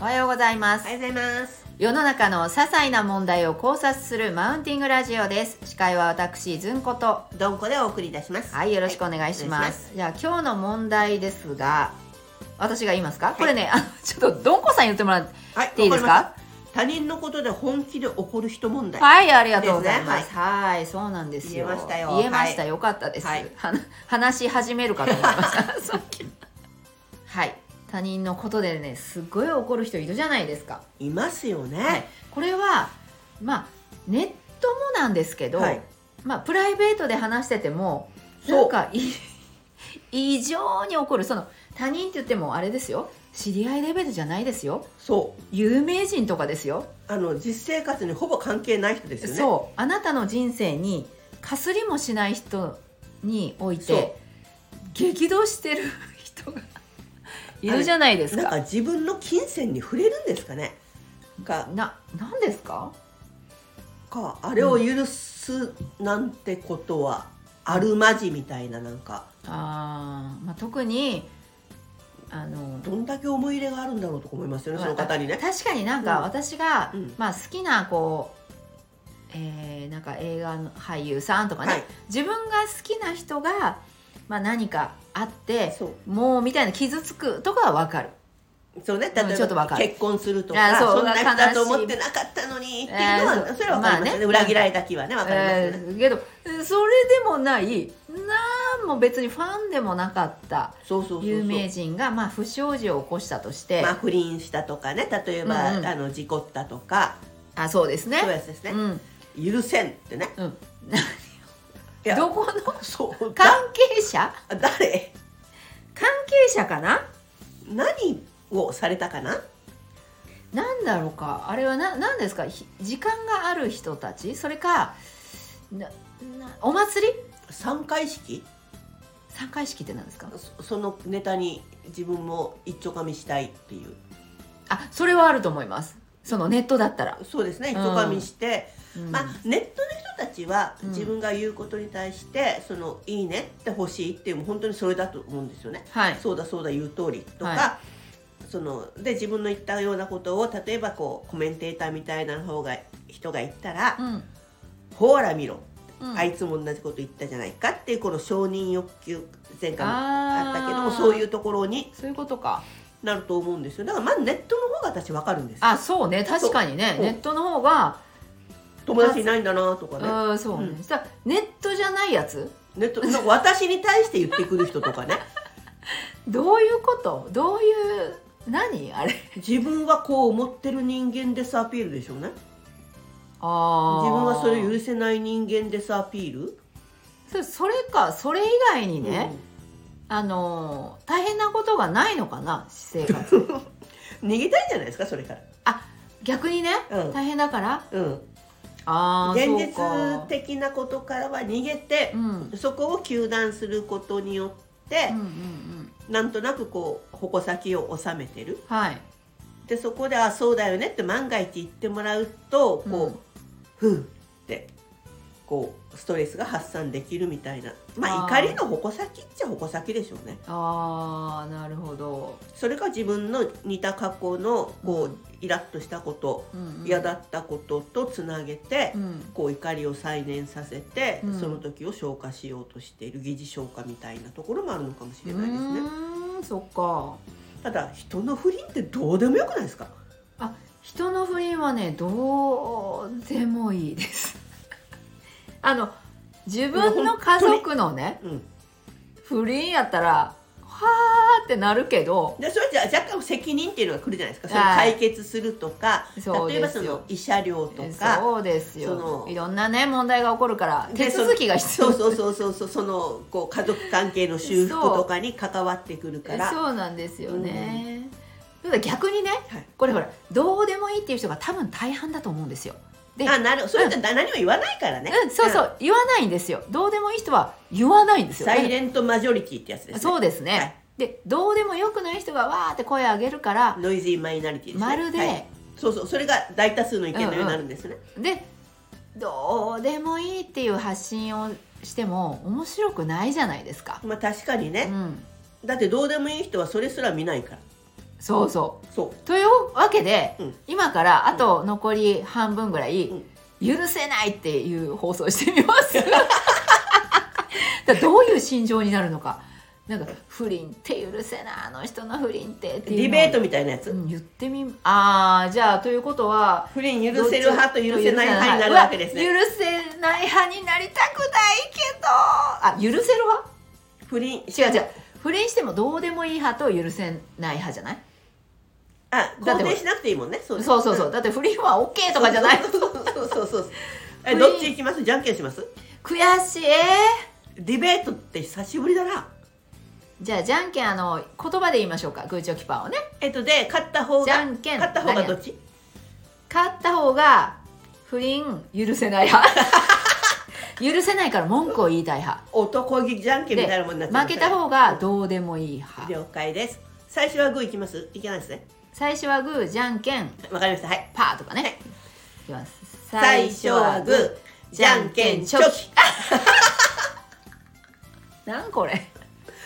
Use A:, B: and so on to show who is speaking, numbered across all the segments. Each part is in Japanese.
A: おはようございます
B: おはようございます
A: 世の中の些細な問題を考察するマウンティングラジオです司会は私ずんこと
B: どんこでお送りいたします
A: はいよろしくお願いします,、じゃあ今日の問題ですが私が言いますか、これねあのちょっとどんこさん言ってもらっ
B: はい
A: ていいですか
B: わりました他人のことで本気で怒る人問題
A: はい、ありがとうございま。
B: です
A: はい、そうなんですよ。
B: 言えましたよ
A: 言えましたよかったです。
B: はい
A: はな話し始めるかと思いました。 さっきはい、他人のことでね、すごい怒る人いるじゃないですか。
B: いますよね、
A: はいこれは、まあ、ネットもなんですけど、
B: はい
A: まあ、プライベートで話してても、
B: そう
A: なんか、い 異常に怒る。その、他人って言ってもあれですよ。知り合いレベルじゃないですよ。
B: そう
A: 有名人とかですよ。
B: あの実生活にほぼ関係ない人ですよね
A: そうあなたの人生にかすりもしない人におい
B: そう
A: て激怒してる 人がいるじゃないです
B: なん
A: か
B: か自分の金銭に触れるんですかねか
A: ななんですか
B: かあれを許すなんてことはあるまじみたいななんか
A: あー、まあ、特にあの
B: どんだけ思い入れがあるんだろうとか思いますよねその方にね
A: 確かになんか
B: うん
A: 私が、
B: うん
A: まあ、好きなこうえーなんか映画の俳優さんとかね、
B: はい
A: 自分が好きな人が、まあ、何かあって
B: そう
A: もうみたいな傷つくとかは分かる
B: そうね例
A: うん
B: え
A: ちょっとわ
B: ば
A: かる
B: 結婚すると
A: あ
B: か
A: そう
B: そんな人だ
A: 悲しい
B: と思ってなかったのにっていうの
A: えーそ
B: は
A: う
B: それはわかりま
A: ま
B: すよね
A: あね
B: 裏切られた気はねわかりますよね
A: えーけどそれでもないなんも別にファンでもなかった
B: そうそうそうそう
A: 有名人がまあ不祥事を起こしたとして、
B: まあ不倫したとかね例えば、
A: うんうん
B: あの事故ったとか
A: あそうですね
B: そういうやつですね
A: う、ん
B: 許せんってね
A: うん
B: いや
A: どこの
B: そう
A: 関
B: だ
A: 係者
B: 誰
A: 関係者かな
B: 何をされたかな
A: なんだろうかあれはな何ですかひ時間がある人たちそれかななお祭り
B: 三回式
A: 参加式って何ですか
B: そそのネタに自分も一丁かみしたいっていう
A: あそれはあると思いますそのネットだったら、
B: そうですね
A: ん
B: 一丁かみして、
A: うん
B: まあ、ネットの人たちは
A: うん
B: 自分が言うことに対して「そのいいね」って欲しいっていうもう本当にそれだと思うんですよね。
A: はい
B: そうだそうだ言う通りとか、
A: は
B: そので自分の言ったようなことを例えばこうコメンテーターみたいな方が人が言ったら
A: うん
B: 「ほら見ろ、
A: うん
B: あいつも同じこと言ったじゃないか」っていうこの承認欲求前回も
A: あ
B: あったけど
A: ー
B: もそういうところに
A: そういうことか
B: なると思うんですよだからまずネットの方が私わかるんですよ
A: あそうね確かにね
B: そう
A: ネットの方が
B: 友達いないんだなとか
A: う
B: ね
A: んそうね、
B: うん
A: そしたらネットじゃないやつ
B: ネットなんか私に対して言ってくる人とかね
A: どういうことどういう何あれ
B: 自分はこう思ってる人間ですアピールでしょうね
A: あー
B: 自分はそれを許せない人間ですアピール、
A: それそれかそれ以外にね、あのー大変なことがないのかな私生 活
B: うん逃げたいんじゃないですかそれから
A: 逆にね
B: うん
A: 大変だから
B: うん、
A: ああ
B: 現
A: そう
B: 実
A: か
B: 的なことからは逃げて
A: う、んうん
B: そこを糾弾することによって
A: うんう、ん
B: なんとなくこう矛先を収めてる
A: はい
B: でそこで「あそうだよね」って万が一言ってもらうとこう、ふうってこうストレスが発散できるみたいなまあ
A: あー
B: 怒りの矛先っちゃ矛先でしょうね
A: ああなるほど
B: それが自分の似た過去のこうイラッとしたこと
A: うんうん
B: 嫌だったこととつなげて、
A: うん
B: こう怒りを再燃させて、
A: うん
B: その時を消化しようとしている疑似消化みたいなところもあるのかもし
A: う
B: れないですね。
A: ーんそっか
B: ただ人の不倫ってどうでもよくないですか
A: 人の不倫はねどうでもいいです あの自分の家族のね
B: うん、
A: 不倫やったらはあってなるけど
B: でそれじゃ若干責任っていうのが来るじゃないですかそれを
A: はい
B: 解決するとか、
A: そう
B: 例えば
A: で
B: そ
A: す
B: の
A: よ
B: 慰謝料とか
A: そうです
B: そ
A: よ
B: の
A: いろんなね問題が起こるから手
B: で
A: 続きが必要
B: そのそうそうそうそうそのこう家族関係の修復とかに関わってくるからは
A: そうなんですよね、ただ逆にね
B: い
A: これほらどうでもいいっていう人が多分大半だと思うんですよ、で
B: あなるそれじゃ何も言わないからね、
A: うん、そうそう言わないんですよどうでもいい人は言わないんですよ
B: サイレントマジョリティってやつですね
A: そうですね、
B: はい
A: でどうでもよくない人がわーって声上げるから、
B: ノイズーマイナリティですね
A: まるで、
B: はいそうそうそれが大多数の意見のようになるんですね、
A: でどうでもいいっていう発信をしても面白くないじゃないですか。
B: まあ確かに
A: う
B: ね、
A: ん、
B: だってどうでもいい人はそれすら見ないから
A: そうそう
B: そ
A: というわけで、
B: うん
A: 今からあと残り半分ぐらい、
B: うん
A: 許せないっていう放送してみます だからどういう心情になるのかなんか不倫って許せないあの人の不倫ってっ
B: う
A: て
B: デ
A: いう
B: ィ
A: のを
B: ベートみたいなやつ、
A: うん、言ってみああじゃあということは
B: 不倫許せる派と許せない派になるわけですね
A: うわ許せない派になりたくないけどあ許せる派
B: 不倫
A: 違う違う不倫してもどうでもいい派と許せない派じゃない
B: あ
A: だって
B: 肯定しなくていいもんねそです
A: そうそうそうだって不倫は OK とかじゃない
B: そうそうそうそう え
A: 不倫
B: どっち行きますじゃんけんします
A: 悔しい
B: ディベートって久しぶりだな
A: じゃあじゃんけんあの言葉で言いましょうかグーチョキパーをね
B: えっとで勝った方
A: じ
B: が
A: ゃんけん
B: 勝った方がどっち
A: 勝った方が不倫許せない 派許せないから文句を言いたい派
B: 男気じゃんけんみたいなもんになっちゃう
A: 負けた方がどうでもいい派
B: 了解です最初はグーいきますいけないですね
A: 最初はグーじゃんけん
B: わかりましたはい
A: パーとかね、
B: はい
A: い、きます
B: 最初はグーじゃんけんチョキ
A: なんこれ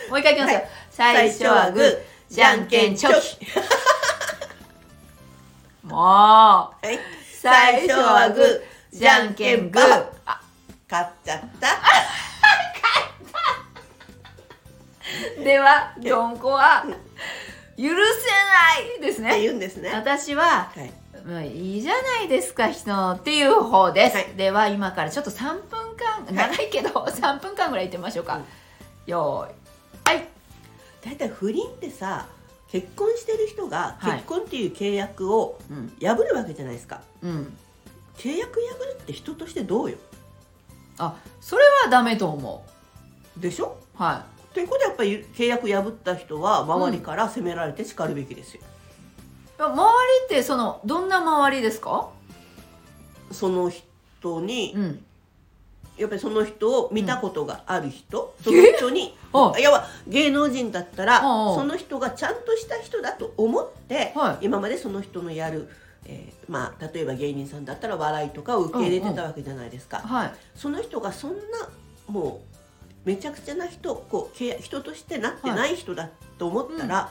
A: もう一回いきますよ、
B: はい
A: 最初はグーじゃんけんチョキもう
B: はい
A: 最初はグーじゃんけんグー
B: パー
A: あ
B: 勝っちゃった
A: ではドンコは許せないです
B: って
A: ね
B: 言うんですね
A: 私は
B: はい
A: もういいじゃないですか人のっていう方です、
B: はい
A: では今からちょっと3分間
B: い
A: 長いけど、3分 間ぐらい言ってみましょうか、
B: うん
A: よーいはい
B: だいたい不倫ってさ結婚してる人が
A: はい
B: 結婚っていう契約を
A: うん
B: 破るわけじゃないですか、
A: うん
B: 契約破るって人としてどうよ
A: あそれはダメと思
B: でしょ
A: うは
B: ということはやっぱり契約破った人は周りから責められて叱るべきですよ、
A: い周りってそのどんな周りですか
B: その人に、
A: うん
B: やっぱりその人を見たことがある人、
A: うん
B: その人に
A: あ
B: いやは芸能人だったら
A: おうおう
B: その人がちゃんとした人だと思って、
A: は
B: 今までその人のやる、えーまあ、例えば芸人さんだったら笑いとかを受け入れてたわけじゃないですか、
A: はい
B: その人がそんなもうめちゃくちゃな人こう契約人としてなってない人だと思ったら、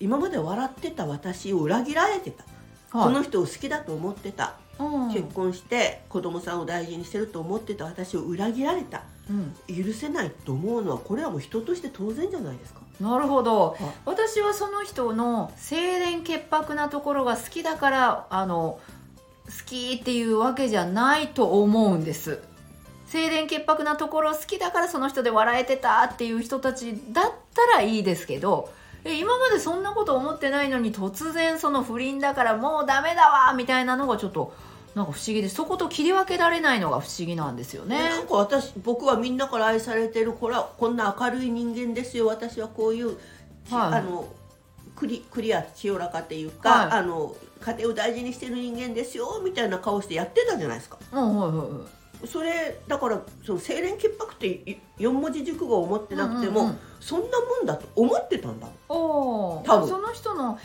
B: 今まで笑ってた私を裏切られてた、こ
A: はい
B: の人を好きだと思ってた
A: うん
B: 結婚して子供さんを大事にしてると思ってた私を裏切られた
A: うん
B: 許せないと思うのはこれはもう人として当然じゃないですか
A: なるほど
B: はい
A: 私はその人の清廉潔白なところが好きだからあの好きっていうわけじゃないと思うんです清廉潔白なところ好きだからその人で笑えてたっていう人たちだったらいいですけどえ今までそんなこと思ってないのに突然その不倫だからもうダメだわみたいなのがちょっとなんか不思議でそこと切り分けられないのが不思議なんですよね。
B: なんか私僕はみんなから愛されてるこらこんな明るい人間ですよ私はこういう、ち
A: はい
B: あのクリクリア清らかっていうか、
A: はい
B: あの家庭を大事にしてる人間ですよみたいな顔してやってたじゃないですか
A: うんはいはいはい
B: それだからその清廉潔白ってい四文字熟語を持ってなくても、
A: うんうんうん
B: そんなもんだと思ってたんだもん
A: おお
B: 多分
A: その人の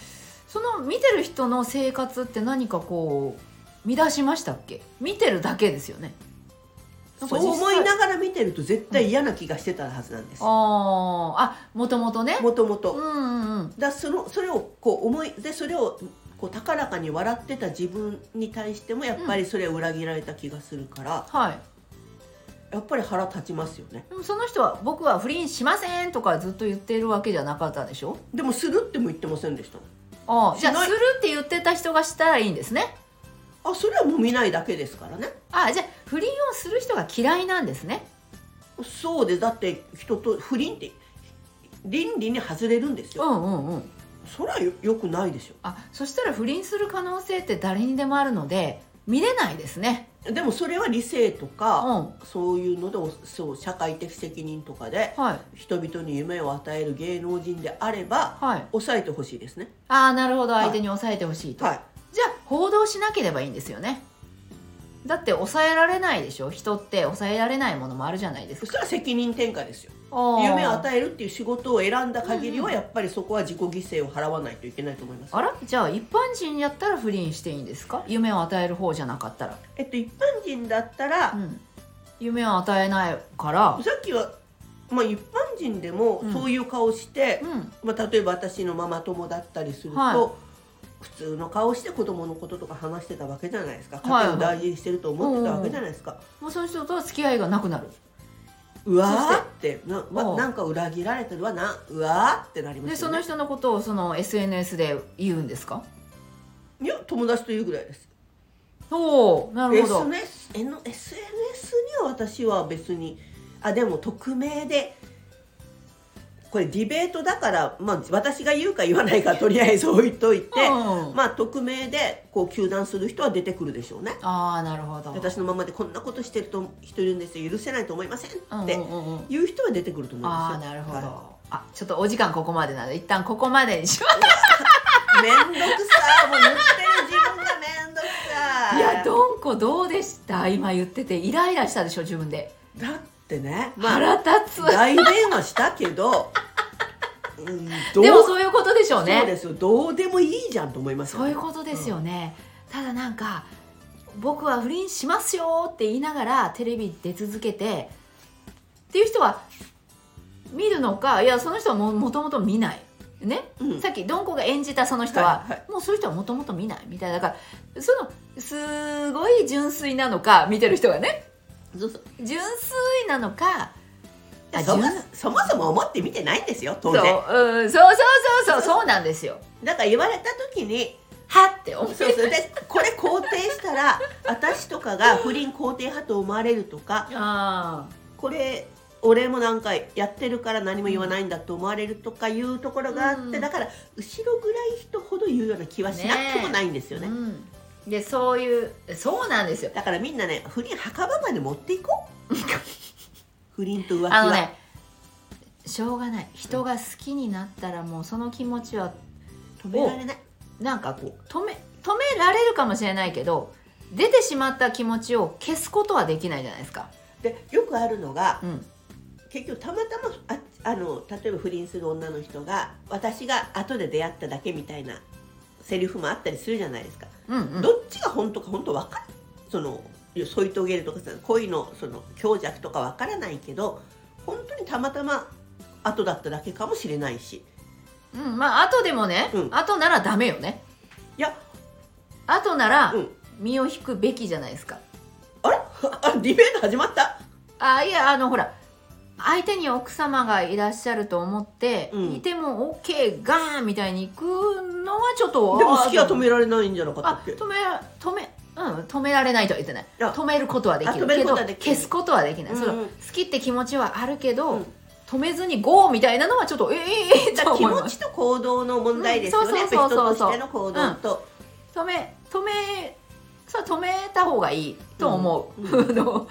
A: その見てる人の生活って何かこう見出しましたっけ見てるだけですよねなんか
B: そ
A: 実
B: う
A: 際
B: 思いながら見てると絶対嫌な気がしてたはずなんです
A: あーあもともとね
B: もとも
A: う
B: と
A: んうんうん
B: だそのそれをこう思いでそれをこう高らかに笑ってた自分に対してもやっぱりそれを裏切られた気がするから、
A: はい
B: やっぱり腹立ちますよね
A: でもその人は僕は不倫しませんとかずっと言ってるわけじゃなかったでしょ
B: でもするっても言ってませんでした
A: あー
B: し
A: じゃ
B: な
A: あ
B: い
A: するって言ってた人がしたらいいんですね
B: あそれはもう見ないだけですからね
A: あーじゃあ不倫をする人が嫌いなんですね
B: そうでだって人と不倫って倫理に外れるんです
A: う
B: よ、
A: んうんうん
B: それはよよくないでし
A: あそしたら不倫する可能性って誰にでもあるので見れないですね
B: ょでもそれは理性と
A: う
B: か、
A: ん
B: そういうのでおそう社会的責任とかで
A: はい
B: 人々に夢を与える芸能人であれば
A: はい
B: 抑えてほしいですね
A: ああなるほど相手に抑えてほしいと、
B: はい
A: じゃあ報道しなければいいんですよねだって抑えられないでしょ人って抑えられないものもあるじゃないです
B: そ
A: か
B: したら責任転嫁ですよ夢
A: 夢
B: を与えるっていう仕事を選んだ限り
A: う
B: は
A: ん
B: やっぱりそこは自己犠牲を払わないといけないと思います、
A: あらじゃあ一般人やったら不倫していいんですか夢を与える方じゃなかったら、
B: えっと、一般人だったら、
A: うん、夢を与えないから
B: さっきはまあ、一般人でもそういう顔して、
A: うん
B: まあ、例えば私のママ友だったりすると、
A: はい
B: 普通の顔して子供のこととか話してたわけじゃないですか
A: はい
B: 家庭を大事にしてると思ってたわけじゃないですか、
A: もうその人とは付き合いがなくなる
B: うわーってな,、
A: う
B: ま、
A: ん
B: なんか裏切られてるわなうわーってなりま
A: ですそ
B: よ
A: の
B: ね
A: 人のことをその SNS で言うんですか
B: いや友達というぐらいです
A: おおなるほど、
B: SNS, N- SNS には私は別にあでも匿名でこれディベートだから、まあ、私が言うか言わない かとりあえず置いといて、
A: うん
B: まあ匿名でこう糾弾する人は出てくるでしょうね
A: ああなるほど
B: 私のままでこんなことしてると人いるんですよ許せないと思いませんっ
A: う
B: て
A: んうんうんうん
B: 言う人は出てくると思います
A: あ
B: よ
A: あなるほど、
B: は
A: あちょっとお時間ここまでなので一旦ここまでにします
B: いめんどくさもう言ってる自分がめんどく さ
A: いやどんこどうでした今言っててイライラしたでしょ自分で
B: だってねまあ
A: 腹立つ
B: 大電話したけど、うん、どう
A: でもそういうことでしょう
B: そう
A: ね
B: ですよどうでもいいじゃんと思いますよ
A: そういうことですよね、ただなんか僕は不倫しますよって言いながらテレビ出続けてっていう人は見るのかいやその人はももともと見ないね、
B: うん
A: さっきどんこが演じたその人は、
B: はいはい
A: もうそういう人はもともと見ないみたいなだからそのすごい純粋なのか見てる人がね
B: そうそう
A: 純粋なのかあ
B: そも
A: 純
B: そもそも思って見てないんですよ当
A: そう
B: 然
A: うんそうそうそうそうそうなんですよ
B: だから言われた時に
A: はって思
B: そう
A: う
B: そ うでこれ肯定したら私とかが不倫肯定派と思われるとか
A: あ
B: これ俺もなんかやってるから何も言わないんだと思われるとかいうところがあって、
A: うん
B: だから後ろぐらい人ほど言うような気はしなくもないんです
A: ー
B: よね
A: うん、でそういうそうなんですよ
B: だからみんなね不倫墓場まで持っていこ う不倫と浮気は
A: あのねしょうがない人が好きになったらもうその気持ちは
B: 止められない
A: なんかこう止め止められるかもしれないけど出てしまった気持ちを消すことはできないじゃないですか。
B: でよくあるのが
A: うん、
B: 結局たまたまああの例えば不倫する女の人が私が後で出会っただけみたいなセリフもあったりするじゃないですか、
A: うん、うん
B: どっちが本当か本当わかるその添い遂げるとかさ恋のその強弱とかわからないけど本当にたまたま後だっただけかもしれないし
A: うん、まあ後でもね、
B: うん
A: 後ならダメよね。
B: いや
A: 後なら
B: うん
A: 身を引くべきじゃないですか。
B: あれ あディベート始まった
A: あいやあのほら相手に奥様がいらっしゃると思って、
B: うん
A: いても OK ガーンみたいに行くのはちょっと
B: でも好きは止
A: め
B: められないんじゃなかった
A: あ
B: っけ
A: 止め止めうん止められないとは言ってない
B: あ
A: 止めることはでき
B: あ
A: る
B: 止め
A: け
B: ること
A: ど
B: はできる
A: 消すことはできない、
B: うん
A: その好きって気持ちはあるけど、
B: うん
A: 止めずにゴーみたいなのはちょっとええええ
B: だ
A: と
B: から気
A: 思い
B: 持
A: ま
B: ち
A: す
B: と行動の問題ですよね、
A: うん
B: や
A: そう
B: っぱ
A: そうそうそう
B: 人としての行動と、
A: 止め止めそれは止めた方がいいと思う、
B: う
A: あの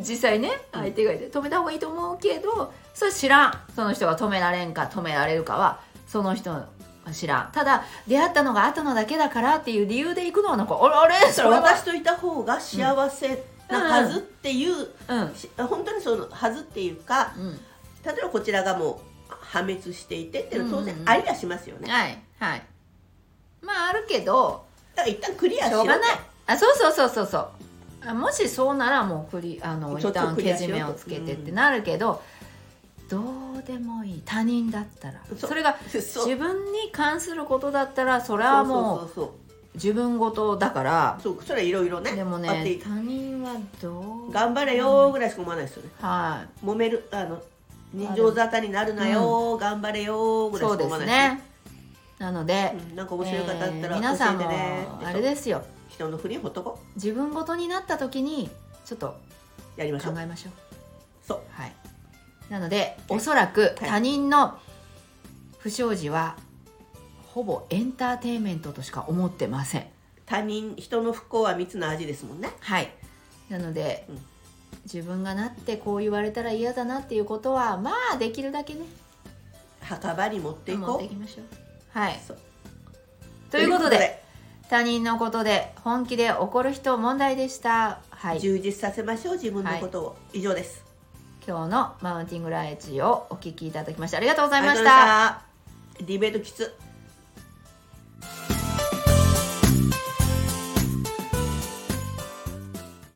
A: 実際ね
B: うん
A: 相手がいて止めた方がいいと思うけどそれ知らんその人が止められんか止められるかはその人は知らんただ出会ったのが後のだけだからっていう理由で行くのはなんか「あれあれ
B: だか
A: そ
B: ら
A: れは
B: 私といた方が幸せなはずっていう、
A: うん
B: し本当にそのはずっていうか
A: う
B: 例えばこちらがもう破滅していてっていうのは当然
A: うんうん
B: ありはしますよ
A: ん
B: ね、だ
A: はいはいまああるけど
B: から一旦クリアし
A: し
B: よ
A: ょ
B: う
A: うがないあそうそうそうそうそうあもしそうならもうクリあの
B: ち
A: 一
B: ょっと
A: 旦
B: ク
A: け
B: リアし
A: じ
B: ようと
A: めをつけてってなるけど、どうでもいい他人だったら
B: そう
A: それが
B: そうそう
A: 自分に関することだったらそれはもう
B: そう
A: 自分事だから
B: そうそうそうそれはいろいろね
A: でも
B: あってい
A: ね
B: い
A: 他人はどう
B: 頑張れよーぐらいしか思わないですよね
A: は
B: 揉めるあの人情沙汰になるなよー、頑張れよー
A: い
B: ぐらい
A: そ
B: し
A: う
B: か
A: で
B: 思わ
A: す
B: ないですね
A: ねなので、
B: うんなんか面白い方あったら教えて
A: え
B: ね
A: ー皆さんも
B: って
A: あれですよ
B: 人の不倫ほっとこ
A: 自分事になった時にちょっと
B: やりましょ
A: 考
B: う
A: えましょう
B: そう
A: はい、なのでおそらく
B: はい
A: 他人の不祥事はほぼエンターテインメントとしか思ってません
B: 他人人の不幸は蜜の味ですもんね
A: はいなので、
B: うん
A: 自分がなってこう言われたら嫌だなっていうことはまあできるだけね
B: 墓場に持ってい
A: 持ってい
B: こ
A: きましょうはい
B: そうう
A: ということで他人のことで本気で怒る人問題でしたはい
B: 充実させましょう自分のことを、以上です
A: 今日のマウンティングライチをお聞きいただきましてありがとうござ
B: あ
A: いました
B: りがとうございましたディベートきつ